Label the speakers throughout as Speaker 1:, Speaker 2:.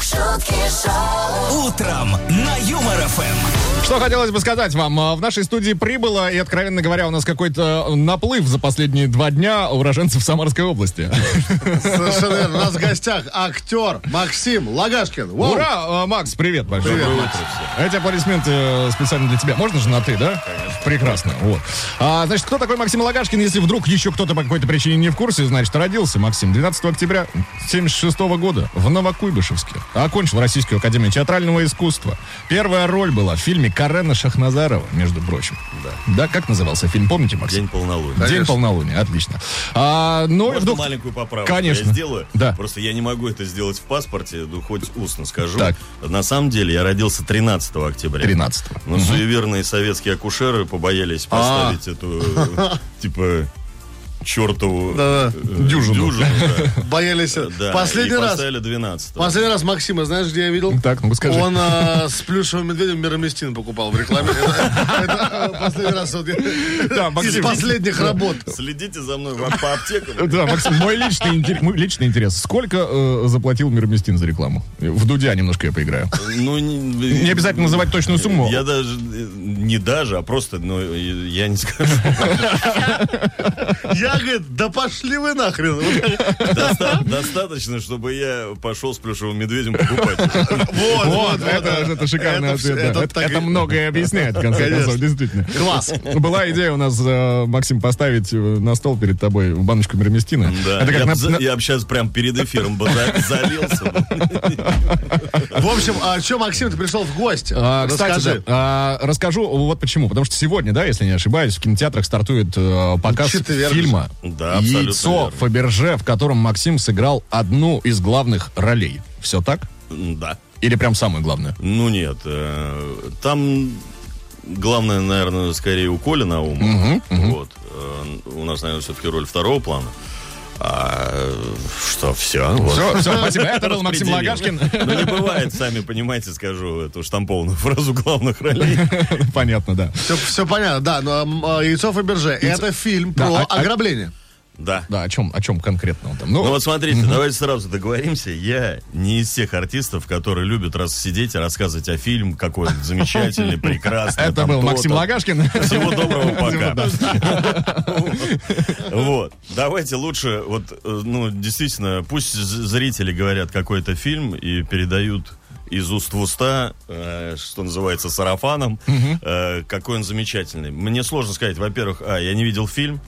Speaker 1: шутки шоу.
Speaker 2: Утром на Юмор ФМ.
Speaker 3: Что хотелось бы сказать вам. А, В нашей студии прибыло, и, откровенно говоря, у нас какой-то наплыв за последние два дня уроженцев Самарской области.
Speaker 4: Совершенно верно. У нас в гостях актер Максим Лагашкин. Вау!
Speaker 3: Ура! А, Макс, привет большое.
Speaker 4: Привет,
Speaker 3: Доброе
Speaker 4: Макс.
Speaker 3: утро всем. Эти аплодисменты э, специально для тебя. Можно же на «ты», да? Прекрасно. Вот. А, значит, кто такой Максим Лагашкин? Если вдруг еще кто-то по какой-то причине не в курсе, значит, родился Максим 12 октября 76 года в Новокуйбышевске. Окончил Российскую академию театрального искусства. Первая роль была в фильме Карена Шахназарова, между прочим. Да. Да, как назывался фильм? Помните, Максим?
Speaker 5: День полнолуния.
Speaker 3: День
Speaker 4: Конечно.
Speaker 3: полнолуния, отлично. А, ну, и
Speaker 5: Можно
Speaker 3: вдруг...
Speaker 5: маленькую поправку?
Speaker 3: Конечно.
Speaker 5: Я сделаю.
Speaker 3: Да.
Speaker 5: Просто я не могу это сделать в паспорте, ну, хоть устно скажу.
Speaker 3: Так.
Speaker 5: На самом деле я родился 13 октября.
Speaker 3: 13
Speaker 5: Но суеверные советские акушеры побоялись
Speaker 3: А.
Speaker 5: поставить эту, э, типа, чертову э,
Speaker 4: Да-да.
Speaker 3: Дюжину.
Speaker 5: да.
Speaker 4: Боялись.
Speaker 5: Да,
Speaker 4: Последний
Speaker 5: и
Speaker 4: раз.
Speaker 5: поставили 12
Speaker 4: Последний раз Максима, знаешь, где я видел?
Speaker 3: Так, ну-ка скажи.
Speaker 4: Он э, с плюшевым медведем мироместин покупал в рекламе. Это- Это последний раз вот я-
Speaker 3: Да,
Speaker 4: из
Speaker 3: Максим.
Speaker 4: последних работ.
Speaker 5: Следите за мной вам по аптекам.
Speaker 3: Да, Максим, мой личный, интерес, мой личный интерес. Сколько э, заплатил Мирмистин за рекламу? В Дудя немножко я поиграю.
Speaker 5: Ну, не,
Speaker 3: Не обязательно называть точную сумму.
Speaker 5: Я даже, э, не даже, а просто, ну, э, я не скажу.
Speaker 4: Я, говорит, да пошли вы нахрен. Вот-
Speaker 5: Доста- Достаточно, чтобы я пошел с плюшевым медведем покупать.
Speaker 4: Вот,
Speaker 3: Вот,
Speaker 4: вот,
Speaker 3: это,
Speaker 4: вот.
Speaker 3: это шикарный
Speaker 4: Это
Speaker 3: ответ.
Speaker 4: всё-
Speaker 3: да. Это,
Speaker 4: это так
Speaker 3: это
Speaker 4: и-
Speaker 3: многое объясняет, в конце
Speaker 4: Конечно.
Speaker 3: концов, действительно.
Speaker 4: Класс.
Speaker 3: Была идея у нас, э, Максим, поставить э, на стол перед тобой баночку Мирмистина.
Speaker 5: Да,
Speaker 3: Это как
Speaker 5: я,
Speaker 3: на-
Speaker 5: б за-
Speaker 3: на-
Speaker 5: я б сейчас прям перед эфиром бы за- залился. бы.
Speaker 4: В общем, а что, Максим, ты пришел в гости?
Speaker 3: А, Кстати,
Speaker 4: Расскажи.
Speaker 3: да, а, расскажу вот почему. Потому что сегодня, да, если не ошибаюсь, в кинотеатрах стартует э, показ
Speaker 4: Четверг же.
Speaker 3: фильма
Speaker 5: Да, абсолютно
Speaker 3: «Яйцо
Speaker 5: верно.
Speaker 3: Фаберже», в котором Максим сыграл одну из главных ролей. Все так?
Speaker 5: Да.
Speaker 3: Или прям самую главную?
Speaker 5: Ну нет, э, там главное, наверное, скорее у Коли на ум. Вот. Э, У нас, наверное, все-таки роль второго плана. А, э, что, все?
Speaker 3: Все, все, спасибо. Это был Максим Лагашкин.
Speaker 5: Ну, не бывает, сами понимаете, скажу эту штампованную фразу главных ролей.
Speaker 3: Понятно, да.
Speaker 4: Все, понятно, да. Но м, а, «Яйцо Фаберже» — это фильм
Speaker 3: Да,
Speaker 4: про
Speaker 3: а- а-
Speaker 4: ограбление.
Speaker 5: Да.
Speaker 3: Да, о чем, о чем конкретно он там? Ну,
Speaker 5: Ну вот смотрите, давайте сразу договоримся. Я не из тех артистов, которые любят раз сидеть и рассказывать о фильме, какой он замечательный, прекрасный.
Speaker 3: это
Speaker 5: там
Speaker 3: был
Speaker 5: то-то.
Speaker 3: Максим Лагашкин.
Speaker 5: Всего доброго,
Speaker 3: Всего,
Speaker 5: пока.
Speaker 3: да.
Speaker 5: Вот. Давайте лучше, вот, э, ну, действительно, пусть з- зрители говорят какой-то фильм и передают из уст в уста, э, что называется, сарафаном, э, какой он замечательный. Мне сложно сказать, во-первых, а, я не видел фильм,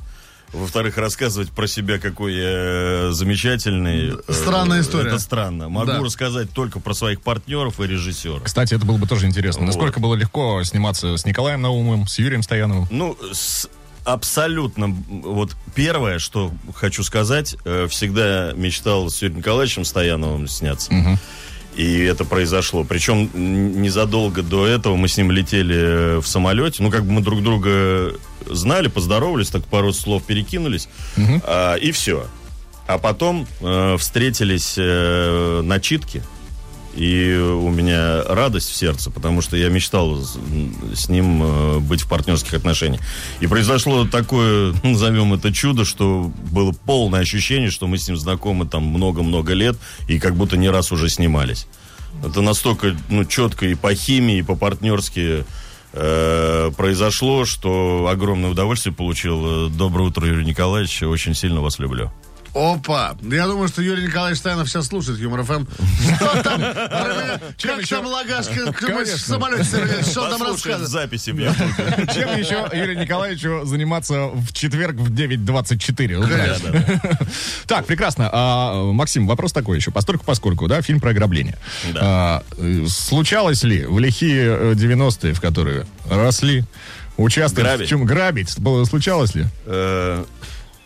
Speaker 5: во-вторых, рассказывать про себя, какой я э, замечательный. э,
Speaker 4: Странная история.
Speaker 5: Это странно. Могу
Speaker 4: Да.
Speaker 5: рассказать только про своих партнеров и режиссера.
Speaker 3: Кстати, это было бы тоже интересно.
Speaker 5: Вот.
Speaker 3: Насколько было легко сниматься с Николаем Наумовым, с Юрием Стояновым?
Speaker 5: Ну, с- абсолютно. м, Вот первое, что хочу сказать, э, всегда мечтал с Юрием Николаевичем Стояновым сняться. И это произошло. Причем н- незадолго до этого мы с ним летели э, в самолете. Ну, как бы мы друг друга знали, поздоровались, так пару слов перекинулись. А, и все. А потом э, встретились э, на читке. И у меня радость в сердце, потому что я мечтал с, с ним э, быть в партнерских отношениях. И произошло такое, назовем это чудо, что было полное ощущение, что мы с ним знакомы там много-много лет и как будто не раз уже снимались. Это настолько ну, четко и по химии, и по-партнерски э, произошло, что огромное удовольствие получил. Э, Доброе утро, Юрий Николаевич. Очень сильно вас люблю.
Speaker 4: Опа! Ну, Я думаю, что Юрий Николаевич Стоянов сейчас слушает Юмор ФМ. Что там? Как
Speaker 3: еще?
Speaker 4: там Лагашкин в
Speaker 3: Конечно.
Speaker 4: самолете? сорвет? Что там
Speaker 5: Послушаем
Speaker 4: рассказывает?
Speaker 5: записи. мне будет.
Speaker 3: Чем еще Юрию Николаевичу заниматься в четверг в 9.24 утра?
Speaker 5: Да, да, да.
Speaker 3: Так, прекрасно. А, Максим, вопрос такой еще. Постольку поскольку, да, фильм про ограбление.
Speaker 5: Да.
Speaker 3: А, э, случалось ли в лихие э, 90-е, в которые росли, участвовать
Speaker 5: Грабить.
Speaker 3: в чем грабить? Было- Случалось ли?
Speaker 5: Э,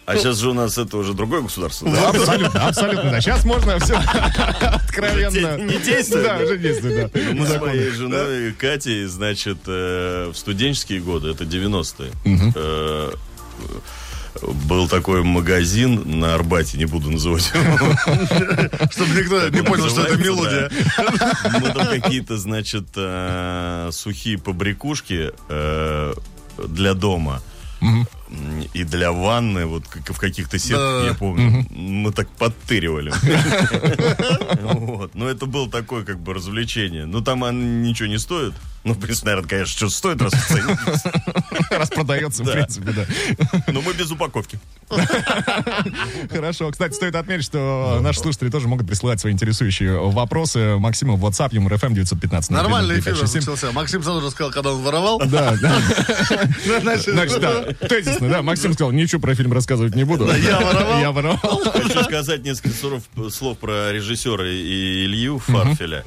Speaker 3: Ну,
Speaker 5: А сейчас же у нас это уже другое государство. да?
Speaker 3: Абсолютно, абсолютно, да. Сейчас можно все откровенно...
Speaker 5: Уже те- не действует,
Speaker 3: Да,
Speaker 5: да?
Speaker 3: уже действует, да. Ну,
Speaker 5: Мы с моей женой Катей, значит, э, в студенческие годы, это 90-е, э, был такой магазин на Арбате, не буду называть его.
Speaker 4: Чтобы никто не понял, что это мелодия.
Speaker 5: Ну, там какие-то, значит, э, сухие побрякушки э, для дома. м, и для ванны, вот как в каких-то сетках,
Speaker 4: Да.
Speaker 5: я помню, мы так подтыривали. Вот. Ну, это было такое, как бы, развлечение. Ну, там оно ничего не стоит. Ну, в принципе, наверное, конечно, что стоит, раз в цене.
Speaker 3: Раз продается, в
Speaker 5: Да.
Speaker 3: принципе, да.
Speaker 5: Но мы без упаковки.
Speaker 3: Хорошо. Кстати, стоит отметить, что наши слушатели тоже могут присылать свои интересующие вопросы Максиму в WhatsApp, юмор FM 915.
Speaker 4: Нормальный эфир
Speaker 3: 5567.
Speaker 4: начался. Максим сразу же сказал, когда он воровал.
Speaker 3: Да, да.
Speaker 4: Значит,
Speaker 3: Значит, да, тезисно, да. Максим сказал, ничего про фильм рассказывать не буду.
Speaker 5: я воровал.
Speaker 3: Я воровал.
Speaker 5: Хочу сказать несколько слов, слов про режиссера и Илью Фарфеля.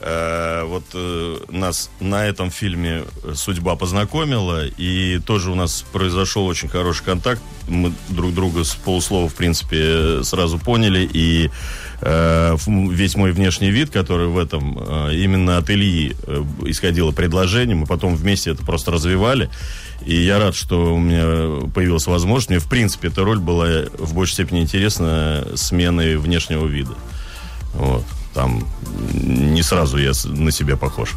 Speaker 5: Э, вот э, нас на этом фильме э, судьба познакомила, и тоже у нас произошел очень хороший контакт. Мы друг друга с полуслова, в принципе, э, сразу поняли, и э, ф- м, весь мой внешний вид, который в этом, э, именно от Ильи э, исходило предложение, мы потом вместе это просто развивали. И я рад, что у меня появилась возможность. Мне, в принципе, эта роль была в большей степени интересна сменой внешнего вида. Вот. Там не сразу я с- на себя похож.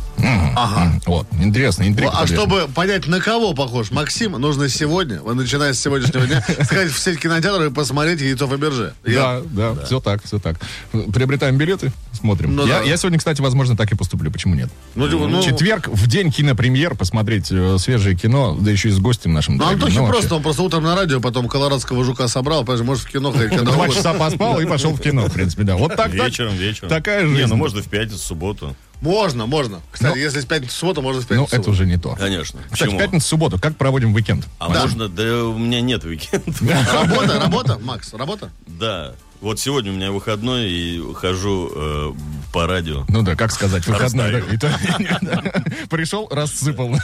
Speaker 3: Ага. Вот, интересно, интрига.
Speaker 4: А
Speaker 3: конечно.
Speaker 4: чтобы понять, на кого похож Максим, нужно сегодня, вот начиная с сегодняшнего дня, сходить в сеть кинотеатров и посмотреть «Яйцо Фаберже». Я-
Speaker 3: Да, да, все так, все так. Приобретаем билеты, смотрим.
Speaker 4: Ну
Speaker 3: я,
Speaker 4: да.
Speaker 3: я сегодня, кстати, возможно, так и поступлю, почему нет?
Speaker 4: Ну, типа, ну,
Speaker 3: Четверг, в день кинопремьер, посмотреть э, свежее кино, да еще и с гостем нашим.
Speaker 4: Ну,
Speaker 3: дорогим.
Speaker 4: Антохи
Speaker 3: вообще.
Speaker 4: просто, он просто утром на радио, потом колорадского жука собрал, понимаешь, может в кино ходить, когда
Speaker 3: Два
Speaker 4: он-
Speaker 3: часа поспал и пошел в кино, в принципе, да. Вот так, так.
Speaker 5: вечером, вечером.
Speaker 3: Такая
Speaker 5: Не,
Speaker 3: жизнь.
Speaker 5: ну можно в пятницу, в субботу.
Speaker 4: Можно, можно. Кстати,
Speaker 3: Ну,
Speaker 4: если с пятницы в субботу, можно с
Speaker 3: Ну,
Speaker 4: пятницы в
Speaker 3: это
Speaker 4: субботу.
Speaker 3: уже не то.
Speaker 5: Конечно.
Speaker 3: Кстати,
Speaker 5: Почему?
Speaker 3: пятница, субботу. Как проводим уикенд?
Speaker 5: А можно? Да у меня нет уикенда.
Speaker 4: А. Работа, работа, Макс, работа.
Speaker 5: Да. Вот сегодня у меня выходной и хожу э, по радио.
Speaker 3: Ну да, как сказать, выходной.
Speaker 5: Раздаю.
Speaker 3: да, и то- да. Пришел, рассыпал.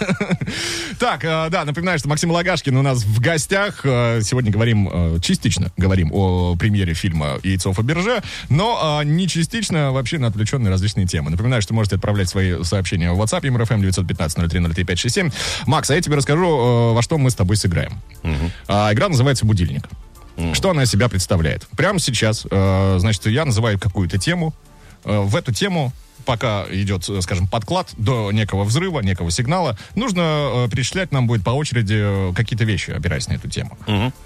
Speaker 3: Так, э, да, напоминаю, что Максим Лагашкин у нас в гостях. Э, Сегодня говорим, э, частично говорим о премьере фильма «Яйцо Фаберже», но э, не частично, а вообще на отвлеченные различные темы. Напоминаю, что можете отправлять свои сообщения в WhatsApp, МРФМ 915-0303-567. Макс, а я тебе расскажу, э, во что мы с тобой сыграем. А, Игра называется «Будильник». Что она из себя представляет? Прямо сейчас, э, значит, я называю какую-то тему. Э, В эту тему пока идет, э, скажем, подклад до некого взрыва, некого сигнала, нужно э, перечислять нам будет по очереди э, какие-то вещи, опираясь на эту тему.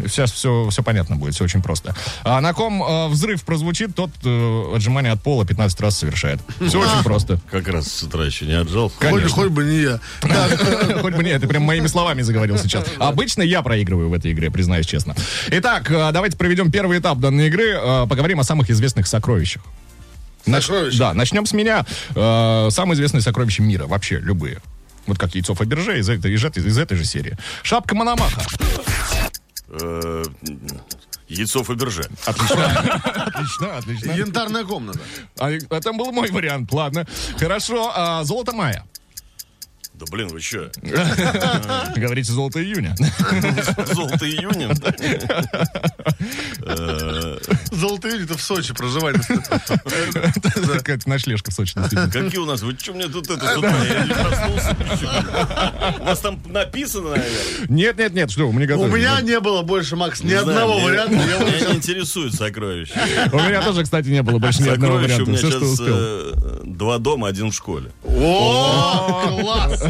Speaker 3: Сейчас все, все понятно будет, все очень просто. А на ком э, взрыв прозвучит, тот э, отжимание от пола 15 раз совершает. Все очень просто.
Speaker 5: Как раз с утра еще не отжал.
Speaker 4: Хоть,
Speaker 3: Конечно.
Speaker 4: хоть бы не я.
Speaker 3: Хоть бы не, это прям моими словами заговорил сейчас. Обычно я проигрываю в этой игре, признаюсь честно. Итак, э, давайте проведем первый этап данной игры. Э, Поговорим о самых известных сокровищах. Нач-
Speaker 4: Сокровища.
Speaker 3: Да, начнем с меня. Э, Самые известные сокровища мира, вообще любые. Вот как яйцо Фаберже из этой, из этой, из этой же серии. Шапка Мономаха.
Speaker 5: Э, Яйцо Фаберже.
Speaker 3: Отлично, отлично.
Speaker 4: Янтарная комната.
Speaker 3: А, а там был мой вариант, ладно. Хорошо, а, золото мая.
Speaker 5: Да блин, вы что?
Speaker 3: Говорите, золото июня.
Speaker 5: Золото июня?
Speaker 4: Золотые люди-то в Сочи проживали.
Speaker 3: Это Какая-то ночлежка в Сочи, действительно.
Speaker 5: Какие у нас? Вы что мне тут это с утра? Я не проснулся. ничего. У вас там написано, наверное.
Speaker 3: Нет, нет, нет, что, мы не
Speaker 4: У
Speaker 3: готовы.
Speaker 4: меня не было больше, Макс, ни
Speaker 5: Не знаю,
Speaker 4: одного
Speaker 5: меня-
Speaker 4: варианта. Я вот
Speaker 5: Меня не
Speaker 4: сейчас-
Speaker 5: интересует сокровище.
Speaker 3: У меня тоже, кстати, не было больше ни одного
Speaker 5: Сокровище у
Speaker 3: варианта.
Speaker 5: меня
Speaker 3: Все, что
Speaker 5: сейчас
Speaker 3: успел.
Speaker 5: э, два дома, один в школе.
Speaker 4: О, класс!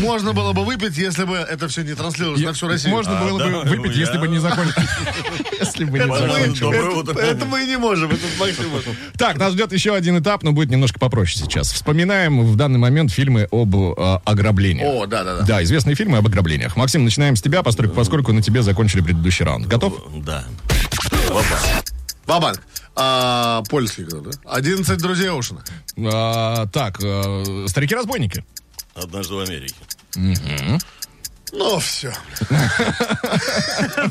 Speaker 4: Можно было бы выпить, если бы это все не транслировалось на всю Россию.
Speaker 3: Можно
Speaker 5: А,
Speaker 3: было
Speaker 5: да,
Speaker 3: бы выпить,
Speaker 5: я-
Speaker 3: если бы не закончил. Если бы не
Speaker 4: Это мы-
Speaker 5: Пожалуйста,
Speaker 3: закончил.
Speaker 5: доброе
Speaker 4: это-
Speaker 5: утро.
Speaker 4: Это мы и не можем, это Максим может.
Speaker 3: Так, нас ждет еще один этап, но будет немножко попроще сейчас. Вспоминаем в данный момент фильмы об э, ограблениях.
Speaker 4: О, да-да-да.
Speaker 3: Да, известные фильмы об ограблениях. Максим, начинаем с тебя,
Speaker 5: Э.
Speaker 3: поскольку, поскольку на тебе закончили предыдущий раунд. Готов?
Speaker 5: Да.
Speaker 4: Бабанк. А, польский кто, да? 11 друзей Оушена.
Speaker 3: А, так, э, старики-разбойники.
Speaker 5: Однажды в Америке.
Speaker 4: Ну, все.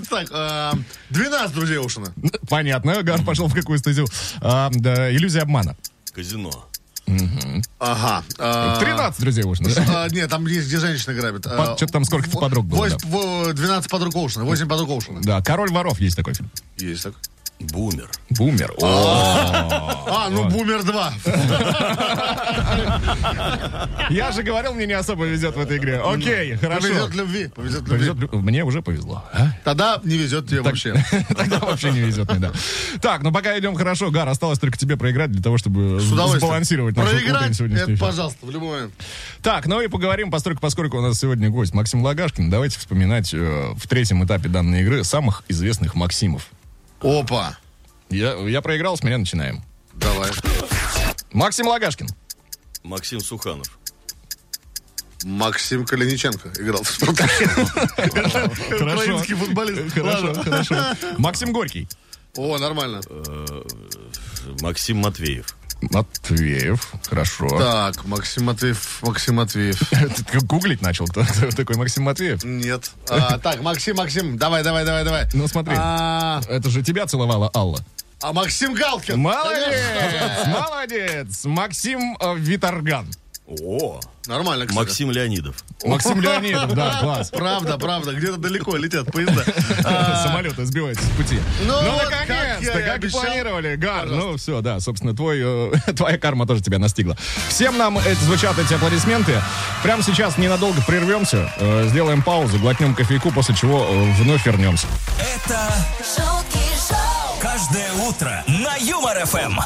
Speaker 4: Так, а, 12 друзей Оушена.
Speaker 3: Понятно, Гар пошел в какую стезю. А, да, иллюзия обмана.
Speaker 5: Казино.
Speaker 4: Ага. а,
Speaker 3: 13, друзья, уж.
Speaker 4: а, нет, там есть, где женщины грабят. А,
Speaker 3: Под- чё-то там сколько-то подруг было,
Speaker 4: Двенадцать 12 подруг Оушена, 8 подруг Оушена.
Speaker 3: Да, король воров есть такой фильм.
Speaker 4: Есть так.
Speaker 5: Бумер.
Speaker 3: Бумер. О,
Speaker 4: А, ну Бумер 2.
Speaker 3: Я же говорил, мне не особо везет в этой игре.
Speaker 4: Ну,
Speaker 3: Окей, хорошо.
Speaker 4: Повезет любви. Повезет любви.
Speaker 3: Повезет лю- Мне уже повезло. а?
Speaker 4: Тогда не везет тебе вообще.
Speaker 3: Тогда вообще не везет мне, да. Так, ну пока идем хорошо. Гар, осталось только тебе проиграть для того, чтобы
Speaker 4: С удовольствием.
Speaker 3: сбалансировать нашу утреннюю
Speaker 4: Проиграть?
Speaker 3: сегодняшнюю
Speaker 4: Это,
Speaker 3: эфир.
Speaker 4: пожалуйста, в любой момент.
Speaker 3: Так, ну и поговорим, поскольку, поскольку у нас сегодня гость Максим Лагашкин, давайте вспоминать э, в третьем этапе данной игры самых известных Максимов.
Speaker 4: Опа.
Speaker 3: Я, я проиграл, с меня начинаем.
Speaker 4: Давай.
Speaker 3: Максим Лагашкин.
Speaker 5: Максим Суханов.
Speaker 4: Максим Калиниченко играл в «Спартаке». Украинский футболист.
Speaker 3: Хорошо,
Speaker 4: Ладно.
Speaker 3: хорошо. Максим Горький.
Speaker 4: О, нормально.
Speaker 3: Э.
Speaker 5: Максим Матвеев.
Speaker 3: Матвеев. Хорошо.
Speaker 4: Так, Максим Матвеев, Максим Матвеев.
Speaker 3: Ты как Гуглить начал, кто кто такой Максим Матвеев.
Speaker 4: Нет. А, так, Максим, Максим, давай, давай, давай, давай.
Speaker 3: Ну, смотри.
Speaker 4: А,
Speaker 3: Это же тебя целовала Алла.
Speaker 4: а Максим Галкин.
Speaker 3: Молодец! Молодец! Максим э, Виторган.
Speaker 5: О,
Speaker 4: Нормально, кстати.
Speaker 5: Максим Леонидов.
Speaker 3: Максим Леонидов, да, класс.
Speaker 4: Правда, правда, где-то далеко летят поезда. А,
Speaker 3: Самолеты сбиваются с пути.
Speaker 4: Ну
Speaker 3: Ну,
Speaker 4: вот, как
Speaker 3: наконец-то,
Speaker 4: я и
Speaker 3: как, и
Speaker 4: обещал.
Speaker 3: планировали. Гар, ну все, да, собственно, твой, э, твоя карма тоже тебя настигла. Всем нам э, звучат эти аплодисменты. Прямо сейчас ненадолго прервемся, э, сделаем паузу, глотнем кофейку, после чего э, вновь вернемся.
Speaker 2: Это
Speaker 1: Шутки шоу.
Speaker 2: каждое утро на Юмор ФМ.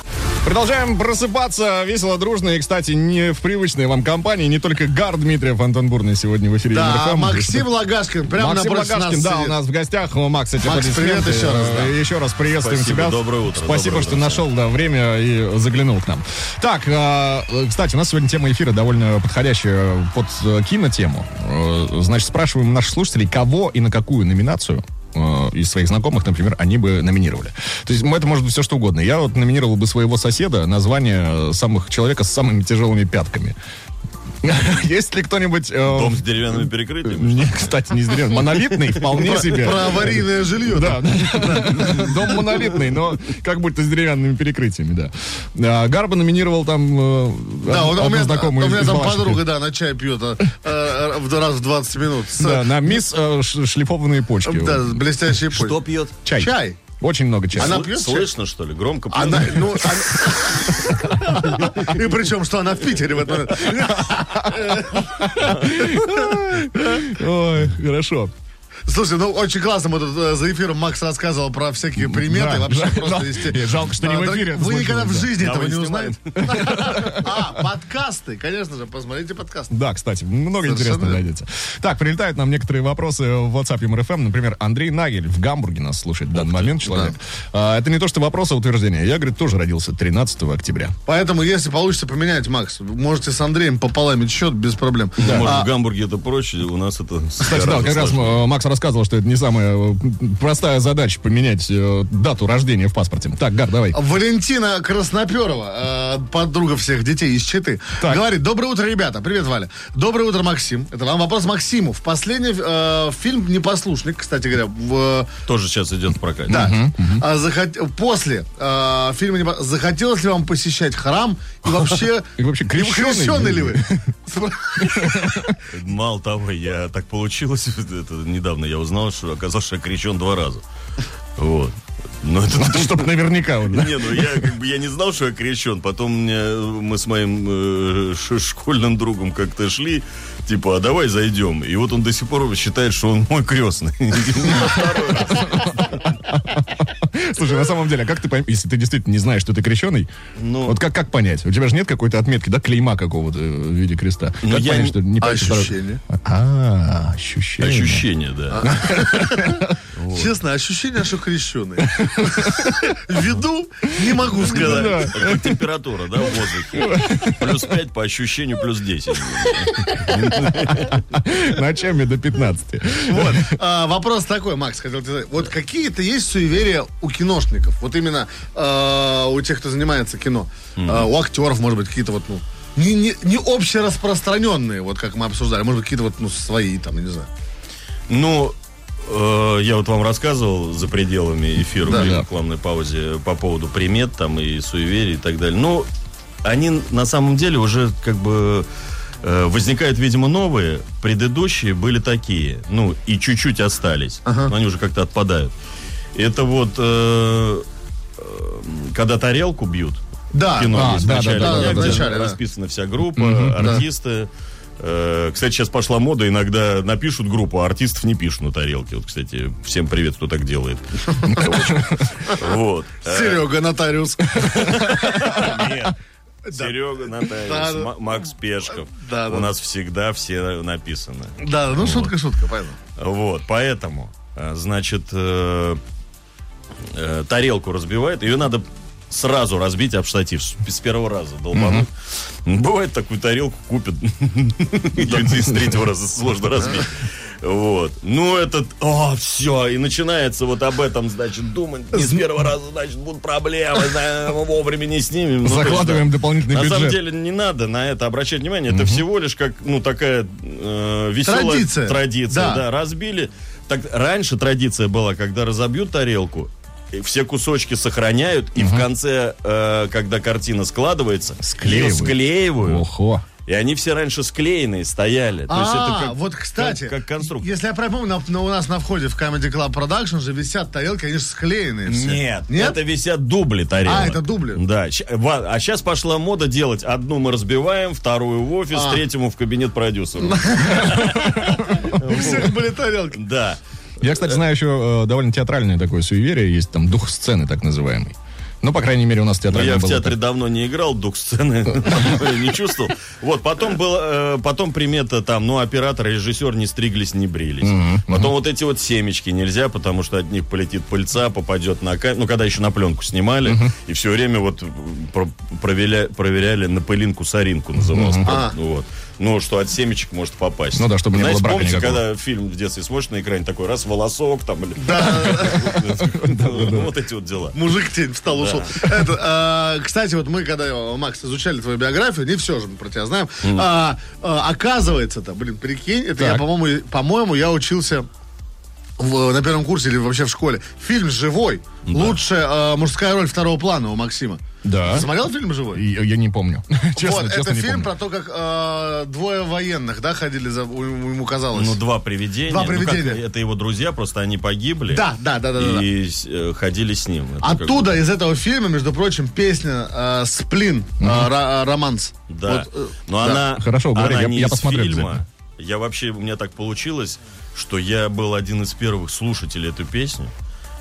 Speaker 3: Продолжаем просыпаться весело, дружно и, кстати, не в привычной вам компании. Не только Гар Дмитриев, Антон Бурный сегодня в эфире.
Speaker 4: Да,
Speaker 3: МРФМ.
Speaker 4: Максим Лагашкин, прям
Speaker 3: Максим
Speaker 4: напротив
Speaker 3: Лагашкин,
Speaker 4: нас
Speaker 3: да,
Speaker 4: сидит.
Speaker 3: у нас в гостях. О, Макс, эти
Speaker 4: Макс, привет
Speaker 3: аплодисменты.
Speaker 4: еще раз, да.
Speaker 3: Э, Еще раз приветствуем
Speaker 5: Спасибо,
Speaker 3: тебя.
Speaker 5: доброе утро,
Speaker 3: Спасибо,
Speaker 5: доброе
Speaker 3: что
Speaker 5: утро
Speaker 3: нашел да, время и заглянул к нам. Так, э, э, кстати, у нас сегодня тема эфира довольно подходящая под э, кинотему. Э, Значит, спрашиваем наших слушателей, кого и на какую номинацию э, из своих знакомых, например, они бы номинировали. То есть м, это может быть все что угодно. Я вот номинировал бы своего соседа на звание э, самых человека с самыми тяжелыми пятками. Есть ли кто-нибудь... э,
Speaker 5: Дом с деревянными перекрытиями.
Speaker 3: не, кстати, не зря. Монолитный, вполне себе.
Speaker 4: Про аварийное жилье.
Speaker 3: Да, да. дом монолитный, но как будто с деревянными перекрытиями, да. А, Гарба номинировал там э,
Speaker 4: Да,
Speaker 3: од-
Speaker 4: вот
Speaker 3: одну
Speaker 4: у меня,
Speaker 3: знакомую
Speaker 4: у меня
Speaker 3: из
Speaker 4: там
Speaker 3: Балашиха.
Speaker 4: подруга, да, на чай пьет а, э, в- раз в 20 минут. С-
Speaker 3: Да, на мисс э, ш- шлифованные почки.
Speaker 4: да, с блестящей почкой.
Speaker 5: Что пьет?
Speaker 3: Чай.
Speaker 4: чай.
Speaker 3: Очень много чая.
Speaker 4: Она
Speaker 5: Сл-
Speaker 4: пьет чай?
Speaker 5: Слышно, что ли? Громко
Speaker 3: А
Speaker 5: пьет?
Speaker 4: Она, ну, она- И причем, что она в Питере в этот момент.
Speaker 3: Ой, хорошо.
Speaker 4: Слушай, ну очень классно, мы тут э, за эфиром Макс рассказывал про всякие приметы.
Speaker 3: Да,
Speaker 4: Вообще
Speaker 3: да,
Speaker 4: просто
Speaker 3: да.
Speaker 4: вести.
Speaker 3: Жалко, что не в эфире это
Speaker 4: Вы
Speaker 3: слышали,
Speaker 4: никогда в
Speaker 3: да.
Speaker 4: жизни
Speaker 5: Да,
Speaker 4: этого
Speaker 5: вы
Speaker 4: не
Speaker 5: не
Speaker 4: узнаете. А, подкасты, конечно же, посмотрите подкасты.
Speaker 3: Да, кстати, много
Speaker 4: Совершенно
Speaker 3: интересного
Speaker 4: верно.
Speaker 3: найдется. Так, прилетают нам некоторые вопросы в WhatsApp МРФМ. Например, Андрей Нагель в Гамбурге нас слушает в данный момент человек. А, это не то, что вопрос, а утверждение. Я, говорит, тоже родился 13 октября.
Speaker 4: Поэтому, если получится поменять, Макс, можете с Андреем пополамить счет без проблем.
Speaker 5: Ну, Может,
Speaker 4: А,
Speaker 5: в Гамбурге это проще, у нас это...
Speaker 3: Кстати, да, как раз э, Макс рассказывал, что это не самая э, простая задача поменять э, дату рождения в паспорте. Так, Гар, давай.
Speaker 4: А Валентина Красноперова, э, подруга всех детей из Читы,
Speaker 3: Так.
Speaker 4: говорит, доброе утро, ребята. Привет, Валя. Доброе утро, Максим. Это вам вопрос Максиму. В последний э, фильм «Непослушник», кстати говоря, в, э,
Speaker 5: Тоже сейчас идет в прокате.
Speaker 4: да. А, захот- После э, фильма «Непо- захотелось ли вам посещать храм? И вообще...
Speaker 3: И вообще, крещеный?
Speaker 4: крещеный ли вы?
Speaker 5: Мало того, я так получилось, это недавно я узнал, что оказалось, что я крещен два раза. Вот. Но это
Speaker 3: Чтобы наверняка. вот, да.
Speaker 5: Не, ну я как бы я не знал, что я крещен. Потом мне, мы с моим э, ш- школьным другом как-то шли, типа, а давай зайдем. И вот он до сих пор считает, что он мой крестный.
Speaker 3: Слушай, на самом деле, а как ты поймешь, если ты действительно не знаешь, что ты крещеный,
Speaker 5: Ну.
Speaker 3: вот как, как понять? У тебя же нет какой-то отметки, да, клейма какого-то э, в виде креста.
Speaker 5: Ну,
Speaker 3: как
Speaker 5: я
Speaker 3: понять,
Speaker 5: не-
Speaker 3: что не пойдешь дорогу?
Speaker 4: Ощущение.
Speaker 3: А, ощущение.
Speaker 5: Ощущение, да.
Speaker 4: Честно, ощущение, что крещеный. Веду, не могу сказать.
Speaker 5: Когда- как температура, да, в воздухе. Плюс 5 по ощущению, плюс 10.
Speaker 3: Ночами до 15.
Speaker 5: Ну,
Speaker 4: Вот. А, вопрос такой, Макс, хотел тебе задать. Вот какие-то есть суеверия у киношников? Вот именно э, у тех, кто занимается кино. А, у актеров, может быть, какие-то вот, ну, не, не, не общераспространенные, вот как мы обсуждали. Может быть, какие-то вот, ну, свои, там, я не знаю.
Speaker 5: Ну, э, я вот вам рассказывал за пределами эфира
Speaker 4: Да,
Speaker 5: в
Speaker 4: да.
Speaker 5: рекламной паузе по поводу примет там и суеверий и так далее. Ну, они на самом деле уже как бы э, возникают, видимо, новые. Предыдущие были такие. Ну, и чуть-чуть остались. Но они уже как-то отпадают. Это вот э, э, когда тарелку бьют,
Speaker 4: Да.
Speaker 5: кино
Speaker 3: а,
Speaker 5: есть в
Speaker 3: да, да,
Speaker 5: начале
Speaker 3: да,
Speaker 5: дня,
Speaker 3: да,
Speaker 5: где
Speaker 4: в начале, да.
Speaker 5: расписана вся группа, артисты. Э, Кстати, сейчас пошла мода, иногда напишут группу, а артистов не пишут на тарелке. Вот, кстати, всем привет, кто так делает. Вот. Э,
Speaker 4: Серега нотариус.
Speaker 5: Нет. Серега
Speaker 4: Да, да.
Speaker 5: Нотариус, Ма- Макс Пешков.
Speaker 4: Да, да.
Speaker 5: У нас всегда все написаны.
Speaker 4: Да, ну шутка, шутка, понятно.
Speaker 5: Вот, поэтому, э, значит, э, э, тарелку разбивает, ее надо сразу разбить об штатив с с первого раза, долбануть. Бывает, такую тарелку купят, люди с третьего раза сложно разбить. Вот. Ну, это... О, все. И начинается вот об этом, значит, думать. Не с первого раза, значит, будут проблемы. да, Вовремя не снимем. Ну, то есть,
Speaker 3: Закладываем
Speaker 5: да.
Speaker 3: дополнительный
Speaker 5: На самом
Speaker 3: бюджет.
Speaker 5: деле не надо на это обращать внимание. Это всего лишь как, ну, такая э, веселая
Speaker 4: Традиция.
Speaker 5: традиция,
Speaker 4: Да.
Speaker 5: да. разбили. Так раньше традиция была, когда разобьют тарелку, и все кусочки сохраняют, и в конце, э, когда картина складывается,
Speaker 3: Склеивают.
Speaker 5: её склеивают.
Speaker 3: Охо.
Speaker 5: И они все раньше склеенные стояли. То есть
Speaker 4: А,
Speaker 5: это как,
Speaker 4: вот, кстати,
Speaker 5: как, как конструкция.
Speaker 4: если я правильно помню, на- на- у нас на входе в Comedy Club Production же висят тарелки, они же склеенные все.
Speaker 5: Нет,
Speaker 4: Нет?
Speaker 5: это висят дубли тарелок.
Speaker 4: А, это дубли?
Speaker 5: Да. щ- ва- А сейчас пошла мода делать. Одну мы разбиваем, вторую в офис,
Speaker 4: А.
Speaker 5: третьему в кабинет продюсера.
Speaker 4: У всех были тарелки.
Speaker 5: Да.
Speaker 3: Я, кстати, знаю еще э, довольно театральное такое суеверие. Есть там дух сцены, так называемый. Ну, по крайней мере, у нас
Speaker 5: Ну,
Speaker 3: театральное
Speaker 5: я в
Speaker 3: было
Speaker 5: театре
Speaker 3: так.
Speaker 5: давно не играл, дух сцены не чувствовал. Вот, потом был, э, потом примета там, ну, оператор, режиссер не стриглись, не брились. Потом вот эти вот семечки нельзя, потому что от них полетит пыльца, попадет на камеру. Ну, когда еще на пленку снимали, и все время вот м, про- проверя- проверяли на пылинку соринку называлось.
Speaker 4: А.
Speaker 5: Ну, вот. Ну, что от семечек может попасть.
Speaker 3: Ну да, чтобы не
Speaker 5: Знаете,
Speaker 3: было брака
Speaker 5: помните,
Speaker 3: никакого.
Speaker 5: когда фильм в детстве смотришь на экране, такой раз волосок там. или- Ну, Вот эти вот дела.
Speaker 4: Мужик тень встал, ушел. Это, а, кстати, вот мы, когда, э, Макс, изучали твою биографию, не все же мы про тебя знаем. А, а, Оказывается-то, блин, прикинь, это я,
Speaker 3: Так.
Speaker 4: по-моему, и- по-моему, я учился в- на первом курсе или вообще в школе. Фильм «Живой». Лучшая э, мужская роль второго плана у Максима.
Speaker 3: Да.
Speaker 4: Смотрел фильм «Живой»?
Speaker 3: И- Я, не помню. честно,
Speaker 4: вот,
Speaker 3: честно,
Speaker 4: это
Speaker 3: не помню.
Speaker 4: фильм про то, как э, двое военных, да, ходили за... у- Ему казалось.
Speaker 5: Ну, два привидения.
Speaker 4: Два
Speaker 5: Ну, как,
Speaker 4: привидения.
Speaker 5: это его друзья, просто они погибли.
Speaker 4: да, да, да, да, да.
Speaker 5: И с- э, ходили с ним. Это как-
Speaker 4: Оттуда, из этого фильма, между прочим, песня э, «Сплин», э, ра- э, «Романс».
Speaker 5: Да.
Speaker 4: Вот, э,
Speaker 5: Но
Speaker 4: да.
Speaker 5: она...
Speaker 3: Хорошо,
Speaker 5: она
Speaker 3: говори, я-
Speaker 5: не
Speaker 3: я
Speaker 5: из
Speaker 3: посмотрю
Speaker 5: фильма.
Speaker 3: обязательно.
Speaker 5: Я вообще, у меня так получилось, что я был один из первых слушателей эту песню.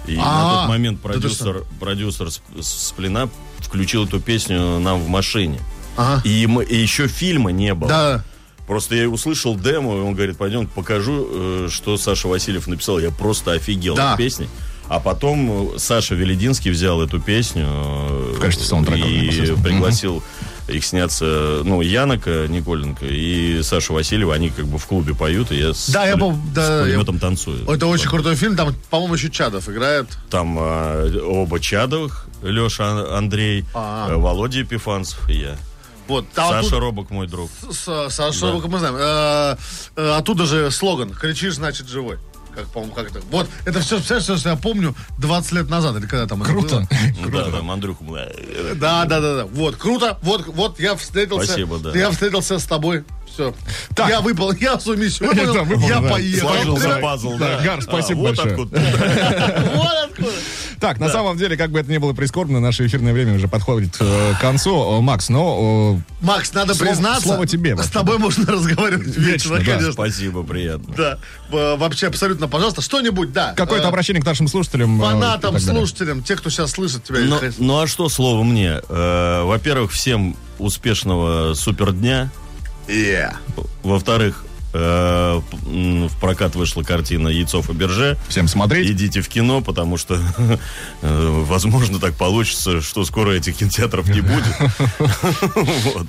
Speaker 5: И на
Speaker 4: А,
Speaker 5: тот момент
Speaker 4: да ты
Speaker 5: продюсер, продюсер Сп- Сплина включил эту песню нам в машине.
Speaker 4: Ага.
Speaker 5: И, мы, и еще фильма не было.
Speaker 4: Да.
Speaker 5: Просто я услышал демо, и он говорит, пойдем покажу, э, что Саша Васильев написал. Я просто офигел
Speaker 4: Да.
Speaker 5: от песни. А потом э, Саша Велединский взял эту песню э,
Speaker 3: В качестве саундтрека,
Speaker 5: и
Speaker 3: непосредственно.
Speaker 5: пригласил их сняться, ну, Янока Николенко и Саша Васильева, они как бы в клубе поют, и я с,
Speaker 4: Да, я
Speaker 5: пуле-
Speaker 4: помню, да,
Speaker 5: с
Speaker 4: я-
Speaker 5: пулеметом танцую.
Speaker 4: Это очень крутой фильм, там, по-моему, еще Чадов играет.
Speaker 5: Там э, оба Чадовых, Леша Андрей,
Speaker 4: А.
Speaker 5: э, Володя Епифанцев и я.
Speaker 4: Вот, там
Speaker 5: Саша
Speaker 4: оттуда-
Speaker 5: Робок мой друг.
Speaker 4: С- э, Саша Робок мы знаем. Э, э, Оттуда же слоган «Кричишь, значит, живой». Как, по-моему, как это. Вот, это все, все, что я помню 20 лет назад, или когда там это
Speaker 3: Круто.
Speaker 4: было.
Speaker 5: Да, там Андрюха. э,
Speaker 4: Да, да, да, да. Вот, круто. Вот, вот я встретился.
Speaker 5: Спасибо, да.
Speaker 4: Я встретился с тобой. Все.
Speaker 3: Так.
Speaker 4: Я выпал, я свою миссию выполнил,
Speaker 3: Да, выполнил,
Speaker 4: я
Speaker 3: да.
Speaker 4: поехал.
Speaker 5: Сложился
Speaker 4: Ты-
Speaker 5: пазл,
Speaker 3: Да,
Speaker 5: да.
Speaker 3: Гар,
Speaker 5: А,
Speaker 3: спасибо
Speaker 5: вот
Speaker 3: большое.
Speaker 5: откуда.
Speaker 4: Вот откуда.
Speaker 3: Так, на самом деле, как бы это ни было прискорбно, наше эфирное время уже подходит э, к концу. Э, Макс, но э,
Speaker 4: Макс, надо
Speaker 3: Слово-
Speaker 4: признаться.
Speaker 3: слово тебе,
Speaker 4: С тобой можно разговаривать вечно,
Speaker 3: Вечно, да.
Speaker 4: конечно.
Speaker 5: Спасибо, приятно.
Speaker 4: Да. Э, Вообще, абсолютно, пожалуйста, что-нибудь, да.
Speaker 3: какое-то
Speaker 4: Э,
Speaker 3: обращение к нашим слушателям. э,
Speaker 4: Фанатам,
Speaker 3: и так далее.
Speaker 4: слушателям, те, кто сейчас слышит тебя.
Speaker 5: Ну,
Speaker 4: Их-
Speaker 5: ну а что слово мне? Э, Во-первых, всем успешного супердня.
Speaker 4: Yeah.
Speaker 5: Во-вторых, э, п- м, в прокат вышла картина «Яйцов и Берже».
Speaker 3: Всем смотреть.
Speaker 5: Идите в кино, потому что, э, возможно, так получится, что скоро этих кинотеатров не будет. Вот.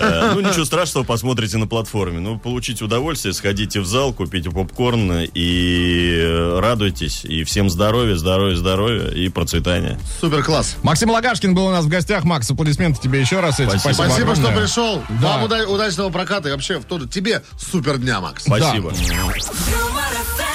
Speaker 5: Э, Ну, ничего страшного, посмотрите на платформе. Ну, получите удовольствие, сходите в зал, купите попкорн и э, радуйтесь. И всем здоровья, здоровья, здоровья и процветания.
Speaker 4: Супер класс.
Speaker 3: Максим Лагашкин был у нас в гостях. Макс, аплодисменты тебе еще раз. Эти.
Speaker 5: Спасибо.
Speaker 4: Спасибо, что
Speaker 3: огромное.
Speaker 4: пришел.
Speaker 3: Да.
Speaker 4: Вам уда- удачного проката и вообще в тот же- тебе супер дня, Макс.
Speaker 5: Спасибо.
Speaker 1: Юмор